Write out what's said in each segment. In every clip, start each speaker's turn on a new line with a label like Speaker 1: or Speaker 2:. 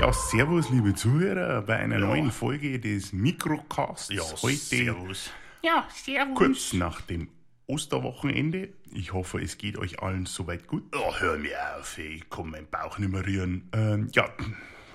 Speaker 1: Ja, servus, liebe Zuhörer, bei einer neuen Folge des Mikrocasts.
Speaker 2: Ja,
Speaker 1: Heute
Speaker 2: servus.
Speaker 3: Ja, servus.
Speaker 1: kurz nach dem Osterwochenende. Ich hoffe, es geht euch allen soweit gut.
Speaker 2: Oh, hör mir auf, ey. ich komm meinen Bauch nicht mehr rühren.
Speaker 1: Ähm, ja,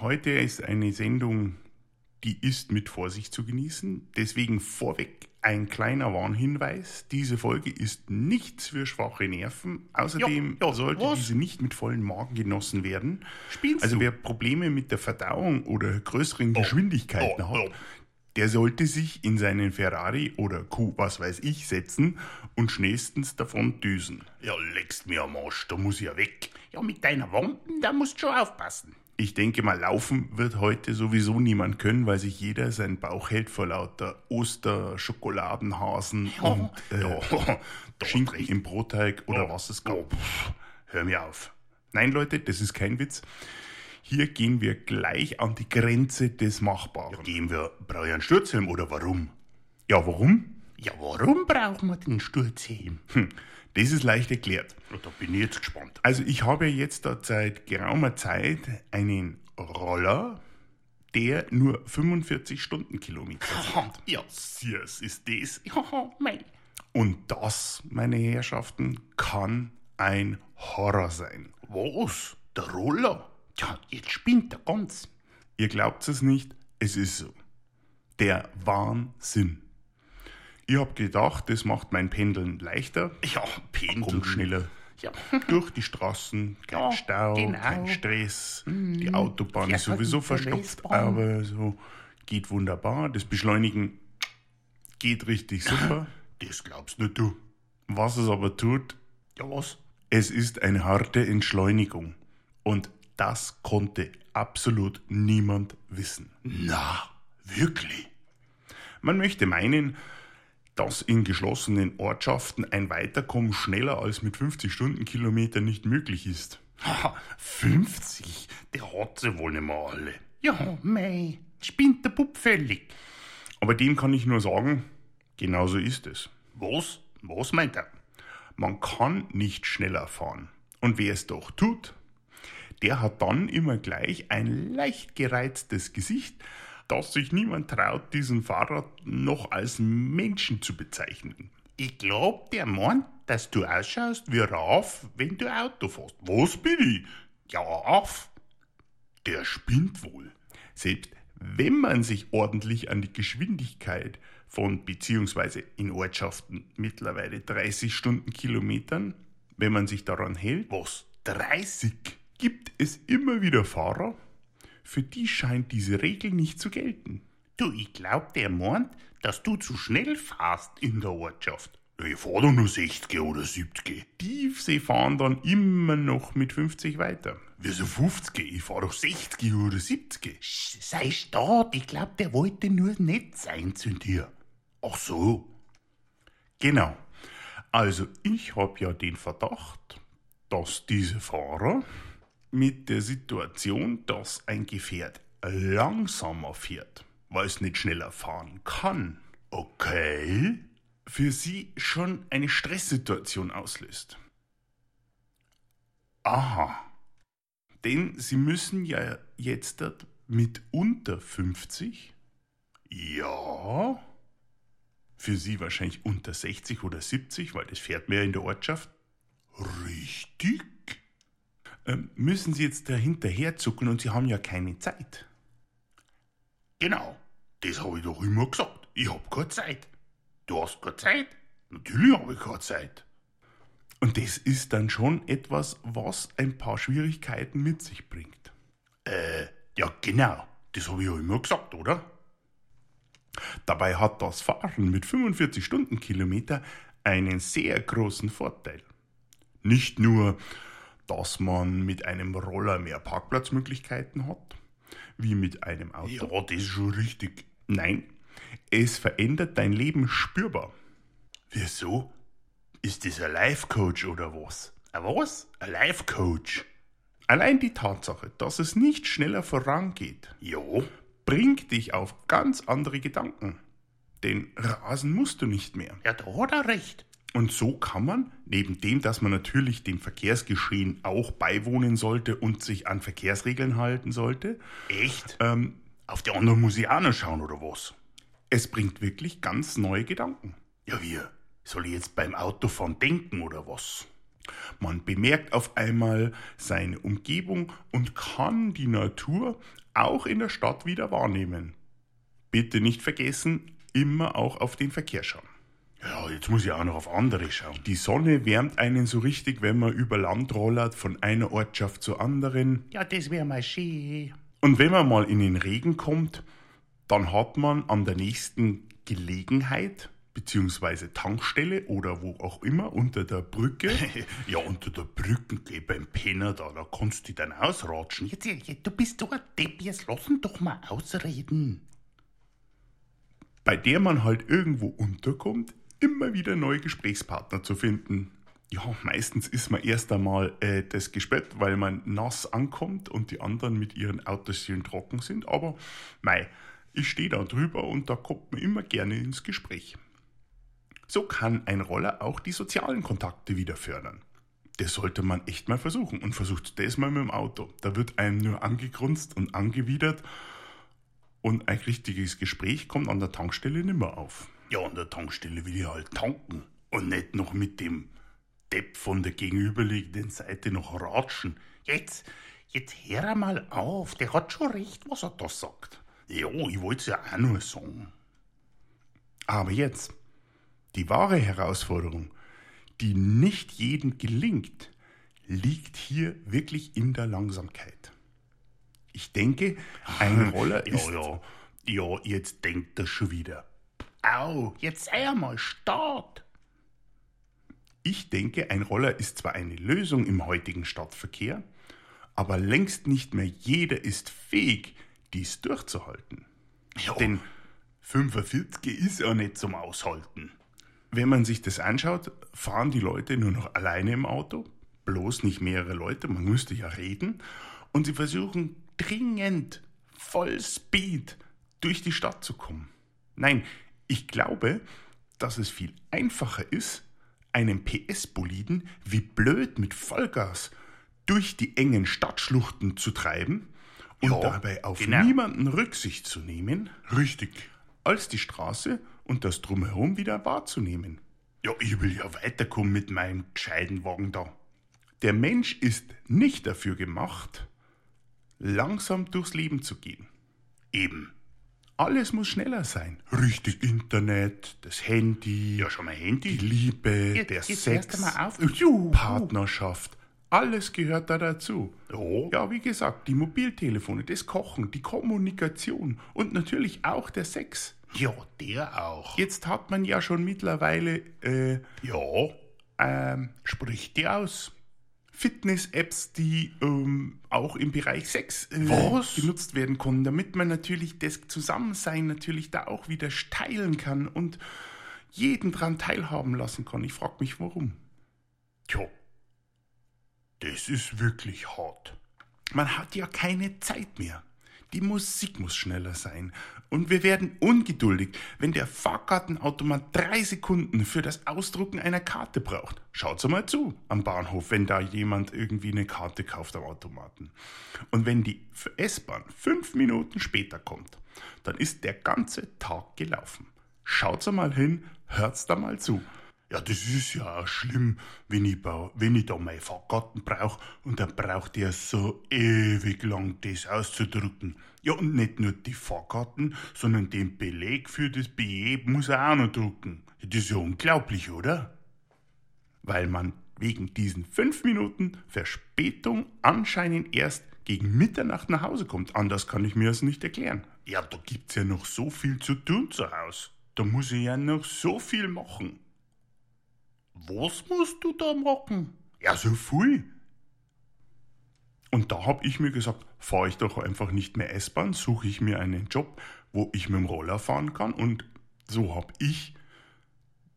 Speaker 1: heute ist eine Sendung, die ist mit Vorsicht zu genießen. Deswegen vorweg ein kleiner Warnhinweis. Diese Folge ist nichts für schwache Nerven. Außerdem
Speaker 2: Ja, ja,
Speaker 1: sollte
Speaker 2: was?
Speaker 1: diese nicht mit vollem Magen genossen werden.
Speaker 2: Spinnst
Speaker 1: also
Speaker 2: du?
Speaker 1: wer Probleme mit der Verdauung oder größeren Geschwindigkeiten
Speaker 2: Oh,
Speaker 1: hat,
Speaker 2: oh.
Speaker 1: der sollte sich in seinen Ferrari oder Kuh, was weiß ich, setzen und schnellstens davon düsen.
Speaker 2: Ja, leckst mir am Arsch, da muss ich ja weg.
Speaker 3: Ja, mit deiner Wampen, da musst du schon aufpassen.
Speaker 1: Ich denke mal, laufen wird heute sowieso niemand können, weil sich jeder seinen Bauch hält vor lauter Oster-Schokoladenhasen
Speaker 2: Oh.
Speaker 1: und äh, Schinken im Brotteig oder was
Speaker 2: oh.
Speaker 1: es gab.
Speaker 2: Hör mir auf.
Speaker 1: Nein, Leute, das ist kein Witz. Hier gehen wir gleich an die Grenze des Machbaren.
Speaker 2: Gehen wir, brauche ich einen Sturzhelm oder warum?
Speaker 1: Ja, warum?
Speaker 2: Ja, warum brauchen wir den Sturzhelm?
Speaker 1: Hm, das ist leicht erklärt.
Speaker 2: Ja, da bin ich jetzt gespannt.
Speaker 1: Also ich habe jetzt da seit geraumer Zeit einen Roller, der nur 45 Stundenkilometer fährt.
Speaker 2: Ja, süß ist das.
Speaker 3: Ja, mei.
Speaker 1: Und das, meine Herrschaften, kann ein Horror sein.
Speaker 2: Was? Der Roller?
Speaker 3: Ja, jetzt spinnt er ganz.
Speaker 1: Ihr glaubt es nicht, es ist so. Der Wahnsinn. Ich habe gedacht, das macht mein Pendeln leichter
Speaker 2: Ja, Pendel.
Speaker 1: und schneller.
Speaker 3: Ja,
Speaker 1: Durch die Straßen, kein
Speaker 3: Ja,
Speaker 1: Stau,
Speaker 3: genau. Mhm.
Speaker 1: kein Stress. Die Autobahn
Speaker 3: Ja,
Speaker 1: ist sowieso
Speaker 3: die
Speaker 1: verstopft,
Speaker 3: Verkehrsbahn.
Speaker 1: aber so geht wunderbar. Das Beschleunigen geht richtig super.
Speaker 2: Das glaubst nicht du.
Speaker 1: Was es aber tut,
Speaker 2: Ja, was?
Speaker 1: Es ist eine harte Entschleunigung. Und das konnte absolut niemand wissen.
Speaker 2: Na, wirklich?
Speaker 1: Man möchte meinen, dass in geschlossenen Ortschaften ein Weiterkommen schneller als mit 50 Stundenkilometern nicht möglich ist.
Speaker 2: Haha, 50? Der hat sie wohl nicht mehr alle.
Speaker 3: ja, mei. Spinnt der Bub völlig.
Speaker 1: Aber dem kann ich nur sagen, genauso ist es.
Speaker 2: Was? Was meint er?
Speaker 1: Man kann nicht schneller fahren. Und wer es doch tut, der hat dann immer gleich ein leicht gereiztes Gesicht, dass sich niemand traut, diesen Fahrrad noch als Menschen zu bezeichnen.
Speaker 2: Ich glaub, der meint, dass du ausschaust wie Raff, wenn du Auto fährst. Was bin ich? Ja, Raff. Der spinnt wohl.
Speaker 1: Selbst wenn man sich ordentlich an die Geschwindigkeit von beziehungsweise in Ortschaften mittlerweile 30 Stundenkilometern, wenn man sich daran hält,
Speaker 2: Was? 30?
Speaker 1: gibt es immer wieder Fahrer, für die scheint diese Regel nicht zu gelten.
Speaker 2: Du, ich glaub, der meint, dass du zu schnell fahrst in der Ortschaft. Ich fahr doch nur 60 oder 70.
Speaker 1: Tiefsee fahren dann immer noch mit 50 weiter.
Speaker 2: Wieso 50? Ich fahr doch 60 oder 70.
Speaker 3: Sch, Sei stark, ich glaub, der wollte nur nett sein.
Speaker 2: Sind dir? Ach so.
Speaker 1: Genau. Also ich habe ja den Verdacht, dass diese Fahrer mit der Situation, dass ein Gefährt
Speaker 2: Äh,
Speaker 1: langsamer fährt, weil es nicht schneller fahren kann,
Speaker 2: Okay.
Speaker 1: für sie schon eine Stresssituation auslöst.
Speaker 2: Aha.
Speaker 1: Denn sie müssen ja jetzt mit unter 50
Speaker 2: Ja.
Speaker 1: für sie wahrscheinlich unter 60 oder 70, weil das fährt mehr in der Ortschaft,
Speaker 2: Richtig?
Speaker 1: ähm, müssen sie jetzt dahinterher zucken und sie haben ja keine Zeit.
Speaker 2: Genau. Das habe ich doch immer gesagt. Ich habe keine Zeit. Du hast keine Zeit? Natürlich habe ich keine Zeit.
Speaker 1: Und das ist dann schon etwas, was ein paar Schwierigkeiten mit sich bringt.
Speaker 2: Äh, ja genau. Das habe ich ja immer gesagt, oder?
Speaker 1: Dabei hat das Fahren mit 45 Stundenkilometer einen sehr großen Vorteil. Nicht nur, dass man mit einem Roller mehr Parkplatzmöglichkeiten hat, wie mit einem Auto.
Speaker 2: Ja, das ist schon richtig.
Speaker 1: Nein, es verändert dein Leben spürbar.
Speaker 2: Wieso? Ist das ein Life-Coach oder was? Ein was? Ein Life-Coach?
Speaker 1: Allein die Tatsache, dass es nicht schneller vorangeht,
Speaker 2: Ja.
Speaker 1: bringt dich auf ganz andere Gedanken. Denn rasen musst du nicht mehr.
Speaker 2: Ja, da hat er recht.
Speaker 1: Und so kann man, neben dem, dass man natürlich dem Verkehrsgeschehen auch beiwohnen sollte und sich an Verkehrsregeln halten sollte,
Speaker 2: Echt?
Speaker 3: Äh,
Speaker 1: ähm,
Speaker 2: Auf die anderen muss ich auch noch schauen, oder was?
Speaker 1: es bringt wirklich ganz neue Gedanken.
Speaker 2: Ja, wie? Soll ich jetzt beim Autofahren denken, oder was?
Speaker 1: Man bemerkt auf einmal seine Umgebung und kann die Natur auch in der Stadt wieder wahrnehmen. Bitte nicht vergessen, immer auch auf den Verkehr schauen.
Speaker 2: Ja, jetzt muss ich auch noch auf andere schauen.
Speaker 1: Die Sonne wärmt einen so richtig, wenn man über Land rollert von einer Ortschaft zur anderen.
Speaker 3: Ja, das wäre mal schön.
Speaker 1: Und wenn man mal in den Regen kommt, dann hat man an der nächsten Gelegenheit bzw. Tankstelle oder wo auch immer unter der Brücke
Speaker 2: Ja, unter der Brücke, geh beim Penner da, da kannst du dich dann ausratschen.
Speaker 3: Jetzt, jetzt, du bist doch ein Depp, jetzt lass ihn doch mal ausreden.
Speaker 1: bei der man halt irgendwo unterkommt, immer wieder neue Gesprächspartner zu finden. Ja, meistens ist man erst einmal äh, das Gespött, weil man nass ankommt und die anderen mit ihren Autos schön trocken sind. Aber mei, ich stehe da drüber und da kommt man immer gerne ins Gespräch. So kann ein Roller auch die sozialen Kontakte wieder fördern. Das sollte man echt mal versuchen und versucht das mal mit dem Auto. Da wird einem nur angegrunzt und angewidert und ein richtiges Gespräch kommt an der Tankstelle nimmer auf.
Speaker 2: Ja, an der Tankstelle will ich halt tanken. Und nicht noch mit dem Depp von der gegenüberliegenden Seite noch ratschen.
Speaker 3: Jetzt, jetzt hör mal auf, der hat schon recht, was er da sagt.
Speaker 2: Ja, ich wollte es ja auch nur sagen.
Speaker 1: Aber jetzt, die wahre Herausforderung, die nicht jedem gelingt, liegt hier wirklich in der Langsamkeit. Ich denke, ein Roller
Speaker 2: Ja,
Speaker 1: ist
Speaker 2: ja, ja, jetzt denkt er schon wieder.
Speaker 3: Au, jetzt sei er mal stark.
Speaker 1: Ich denke, ein Roller ist zwar eine Lösung im heutigen Stadtverkehr, aber längst nicht mehr jeder ist fähig, dies durchzuhalten.
Speaker 2: Ja,
Speaker 1: Denn
Speaker 2: 45 ist ja nicht zum Aushalten.
Speaker 1: Wenn man sich das anschaut, fahren die Leute nur noch alleine im Auto, bloß nicht mehrere Leute, man müsste ja reden, und sie versuchen dringend, voll Speed, durch die Stadt zu kommen. Nein, ich glaube, dass es viel einfacher ist, einem PS-Boliden wie blöd mit Vollgas durch die engen Stadtschluchten zu treiben und
Speaker 2: Ja,
Speaker 1: dabei auf
Speaker 2: genau.
Speaker 1: niemanden Rücksicht zu nehmen, richtig, als die Straße und das Drumherum wieder wahrzunehmen.
Speaker 2: Ja, ich will ja weiterkommen mit meinem gescheiten Wagen da.
Speaker 1: Der Mensch ist nicht dafür gemacht, langsam durchs Leben zu gehen.
Speaker 2: Eben.
Speaker 1: Alles muss schneller sein.
Speaker 2: Richtig Internet.
Speaker 1: Das Handy,
Speaker 2: Ja, schon mein Handy.
Speaker 1: die Liebe,
Speaker 3: Jetzt,
Speaker 1: der
Speaker 3: jetzt
Speaker 1: Sex,
Speaker 3: hörst du mal auf.
Speaker 1: Partnerschaft, alles gehört da dazu.
Speaker 2: Ja.
Speaker 1: Ja, wie gesagt, die Mobiltelefone, das Kochen, die Kommunikation und natürlich auch der Sex.
Speaker 2: Ja, der auch.
Speaker 1: Jetzt hat man ja schon mittlerweile äh,
Speaker 2: Ja.
Speaker 1: ähm, spricht die aus. Fitness-Apps, die ähm, auch im Bereich Sex äh,
Speaker 2: Was?
Speaker 1: genutzt werden können, damit man natürlich das Zusammensein natürlich da auch wieder teilen kann und jeden dran teilhaben lassen kann. Ich frage mich, warum.
Speaker 2: Tja. Das ist wirklich hart.
Speaker 1: Man hat ja keine Zeit mehr. Die Musik muss schneller sein. Und wir werden ungeduldig, wenn der Fahrkartenautomat drei Sekunden für das Ausdrucken einer Karte braucht. Schaut's mal zu am Bahnhof, wenn da jemand irgendwie eine Karte kauft am Automaten. Und wenn die S-Bahn fünf Minuten später kommt, dann ist der ganze Tag gelaufen. Schaut's mal hin, hört's da mal zu.
Speaker 2: Ja, das ist ja auch schlimm, wenn ich, ba- wenn ich da meinen Fahrkarten brauche und dann braucht er so ewig lang, das auszudrücken. Ja, und nicht nur die Fahrkarten, sondern den Beleg für das Billett muss er auch noch drucken. Ja, das ist ja unglaublich, oder?
Speaker 1: weil man wegen diesen fünf Minuten Verspätung anscheinend erst gegen Mitternacht nach Hause kommt. Anders kann ich mir das nicht erklären.
Speaker 2: Ja, da gibt's ja noch so viel zu tun zu Hause. Da muss ich ja noch so viel machen.
Speaker 3: Was musst du da machen?
Speaker 2: Ja, so viel.
Speaker 1: Und da habe ich mir gesagt, fahre ich doch einfach nicht mehr S-Bahn, suche ich mir einen Job, wo ich mit dem Roller fahren kann. Und so habe ich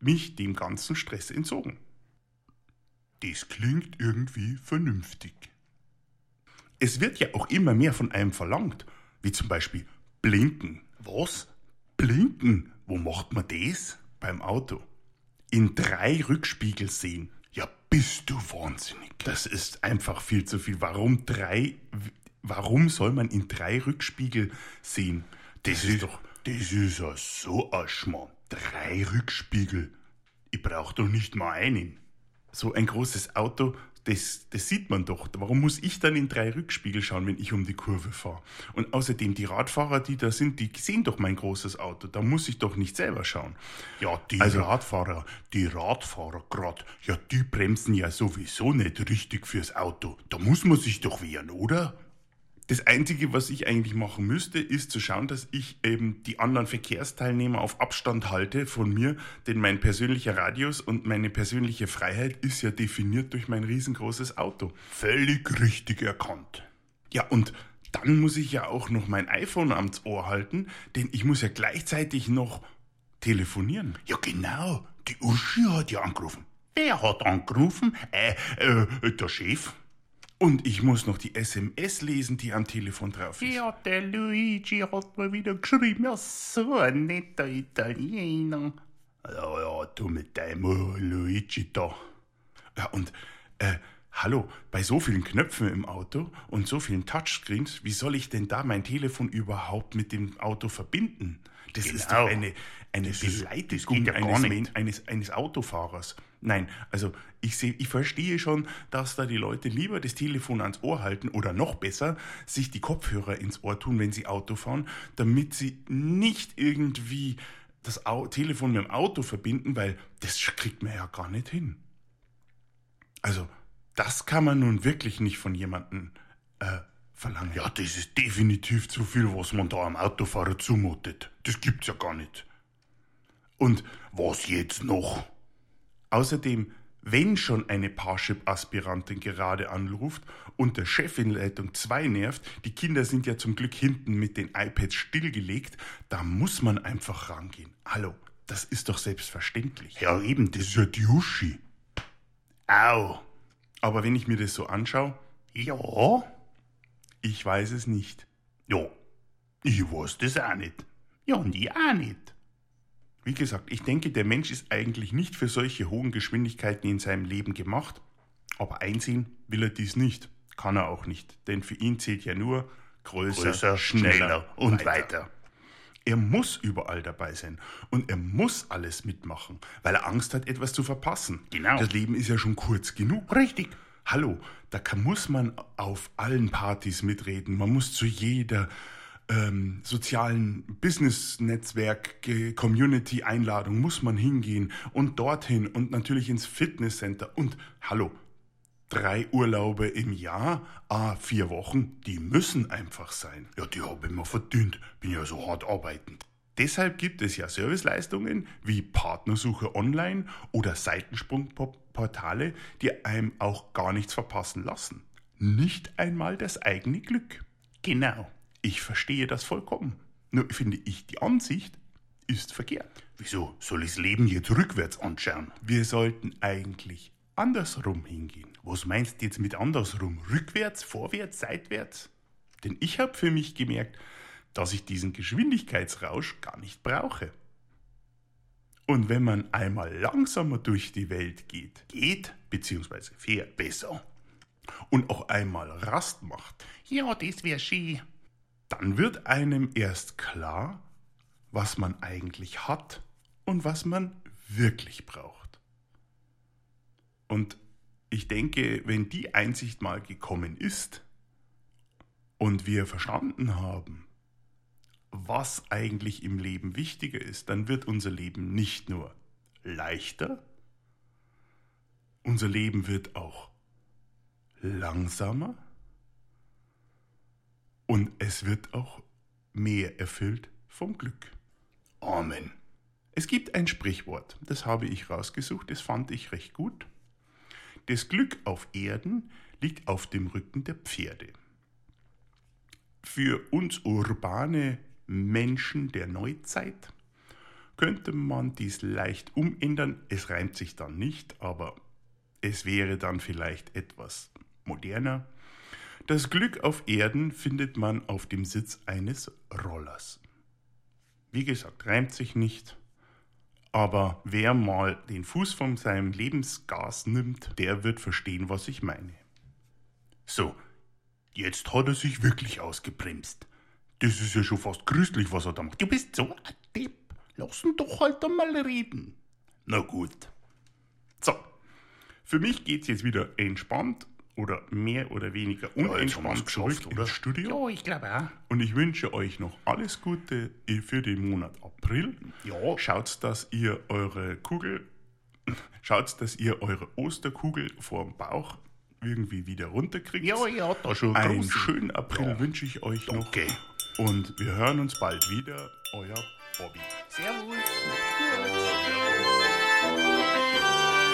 Speaker 1: mich dem ganzen Stress entzogen.
Speaker 2: Das klingt irgendwie vernünftig.
Speaker 1: Es wird ja auch immer mehr von einem verlangt, wie zum Beispiel Blinken.
Speaker 2: Was?
Speaker 1: Blinken
Speaker 2: Wo macht man das?
Speaker 1: beim Auto. in drei Rückspiegel sehen.
Speaker 2: Ja, bist du wahnsinnig.
Speaker 1: Das ist einfach viel zu viel. Warum drei? Warum soll man in drei Rückspiegel sehen?
Speaker 2: Das, ist doch. Das ist ja so ein Schmarrn. Drei Rückspiegel. Ich brauch doch nicht mal einen.
Speaker 1: So ein großes Auto, das, das sieht man doch. Warum muss ich dann in drei Rückspiegel schauen, wenn ich um die Kurve fahre? Und außerdem die Radfahrer, die da sind, die sehen doch mein großes Auto. Da muss ich doch nicht selber schauen.
Speaker 2: Ja, die
Speaker 1: Also-
Speaker 2: Radfahrer, die Radfahrer grad, ja, die bremsen ja sowieso nicht richtig fürs Auto. Da muss man sich doch wehren, oder?
Speaker 1: Das Einzige, was ich eigentlich machen müsste, ist zu schauen, dass ich eben die anderen Verkehrsteilnehmer auf Abstand halte von mir, denn mein persönlicher Radius und meine persönliche Freiheit ist ja definiert durch mein riesengroßes Auto.
Speaker 2: Völlig richtig erkannt.
Speaker 1: Ja, und dann muss ich ja auch noch mein iPhone ans Ohr halten, denn ich muss ja gleichzeitig noch telefonieren.
Speaker 2: Ja, genau. Die Uschi hat ja angerufen. Wer hat angerufen? Äh, äh, der Chef?
Speaker 1: Und ich muss noch die SMS lesen, die am Telefon drauf ist.
Speaker 3: Ja, der Luigi hat mir wieder geschrieben, ja, so ein netter Italiener.
Speaker 2: Ja, ja, du mit deinem Luigi da.
Speaker 1: Ja, und äh, hallo, bei so vielen Knöpfen im Auto und so vielen Touchscreens, wie soll ich denn da mein Telefon überhaupt mit dem Auto verbinden? Das ist doch
Speaker 2: Genau.
Speaker 1: eine, eine
Speaker 2: ist-
Speaker 1: Beleidigung
Speaker 2: das geht ja gar
Speaker 1: um eines,
Speaker 2: nicht.
Speaker 1: Men- eines, eines Autofahrers. Nein, also ich, seh, ich verstehe schon, dass da die Leute lieber das Telefon ans Ohr halten oder noch besser sich die Kopfhörer ins Ohr tun, wenn sie Auto fahren, damit sie nicht irgendwie das Au Telefon mit dem Auto verbinden, weil das kriegt man ja gar nicht hin. Also, das kann man nun wirklich nicht von jemandem äh, verlangen.
Speaker 2: Ja, das ist definitiv zu viel, was man da am Autofahrer zumutet. Das gibt's ja gar nicht.
Speaker 1: Und
Speaker 2: Was jetzt noch?
Speaker 1: außerdem, wenn schon eine Parship-Aspirantin gerade anruft und der Chef in Leitung 2 nervt, die Kinder sind ja zum Glück hinten mit den iPads stillgelegt, da muss man einfach rangehen. Hallo, das ist doch selbstverständlich.
Speaker 2: Ja, eben, das ist ja die Uschi. Au.
Speaker 1: Aber wenn ich mir das so anschaue,
Speaker 2: Ja?
Speaker 1: ich weiß es nicht.
Speaker 2: Ja. Ich weiß das auch nicht. Ja, und ich auch nicht.
Speaker 1: Wie gesagt, ich denke, der Mensch ist eigentlich nicht für solche hohen Geschwindigkeiten in seinem Leben gemacht, aber einsehen will er dies nicht. Kann er auch nicht, denn für ihn zählt ja nur größer,
Speaker 2: Größer, schneller, und weiter.
Speaker 1: Er muss überall dabei sein und er muss alles mitmachen, weil er Angst hat, etwas zu verpassen.
Speaker 2: Genau.
Speaker 1: Das Leben ist ja schon kurz genug.
Speaker 2: Richtig.
Speaker 1: Hallo, da kann, muss man auf allen Partys mitreden. Man muss zu jeder ähm, sozialen Business-Netzwerk-Community-Einladung muss man hingehen und dorthin und natürlich ins Fitnesscenter. Und hallo, drei Urlaube im Jahr, ah, vier Wochen, die müssen einfach sein.
Speaker 2: Ja, die hab ich mir verdient. Bin ja so hart arbeitend.
Speaker 1: Deshalb gibt es ja Serviceleistungen wie Partnersuche online oder Seitensprungportale, die einem auch gar nichts verpassen lassen. Nicht einmal das eigene Glück.
Speaker 2: Genau.
Speaker 1: Ich verstehe das vollkommen. Nur finde ich, die Ansicht ist verkehrt.
Speaker 2: Wieso soll ich's Leben jetzt rückwärts anschauen?
Speaker 1: Wir sollten eigentlich andersrum hingehen.
Speaker 2: Was meinst du jetzt mit andersrum?
Speaker 1: Rückwärts, vorwärts, seitwärts? Denn ich habe für mich gemerkt, dass ich diesen Geschwindigkeitsrausch gar nicht brauche. Und wenn man einmal langsamer durch die Welt geht,
Speaker 2: Geht?
Speaker 1: beziehungsweise
Speaker 2: Fair, besser.
Speaker 1: und auch einmal Rast macht,
Speaker 3: Ja, das wär schön.
Speaker 1: dann wird einem erst klar, was man eigentlich hat und was man wirklich braucht. Und ich denke, wenn die Einsicht mal gekommen ist und wir verstanden haben, was eigentlich im Leben wichtiger ist, dann wird unser Leben nicht nur leichter, unser Leben wird auch langsamer und es wird auch mehr erfüllt vom Glück.
Speaker 2: Amen.
Speaker 1: Es gibt ein Sprichwort, das habe ich rausgesucht, das fand ich recht gut. Das Glück auf Erden liegt auf dem Rücken der Pferde. Für uns urbane Menschen der Neuzeit könnte man dies leicht umändern. Es reimt sich dann nicht, aber es wäre dann vielleicht etwas moderner. Das Glück auf Erden findet man auf dem Sitz eines Rollers. Wie gesagt, reimt sich nicht, Aber wer mal den Fuß von seinem Lebensgas nimmt, der wird verstehen, was ich meine.
Speaker 2: So, jetzt hat er sich wirklich ausgebremst. Das ist ja schon fast grüßlich, was er da macht.
Speaker 3: Du bist so
Speaker 1: Ah,
Speaker 3: ein Depp. Lass ihn doch halt einmal reden.
Speaker 2: Na gut.
Speaker 1: So, für mich geht's jetzt wieder entspannt oder mehr oder weniger
Speaker 2: jetzt haben wir's
Speaker 1: unentspannt
Speaker 2: geschafft,
Speaker 1: zurück
Speaker 2: oder?
Speaker 1: ins Studio.
Speaker 3: Ja, ich glaube auch.
Speaker 1: Und ich wünsche euch noch alles Gute eh, für den Monat April.
Speaker 2: Ja.
Speaker 1: Schaut, dass ihr eure Kugel, schaut, dass ihr eure Osterkugel vorm Bauch irgendwie wieder runterkriegt.
Speaker 3: Ja, ich hat da schon
Speaker 1: Einen
Speaker 3: großen-
Speaker 1: schönen April wünsche ich euch noch.
Speaker 2: Okay.
Speaker 1: Und wir hören uns bald wieder. Euer Bobby.
Speaker 3: Servus. Macht's gut.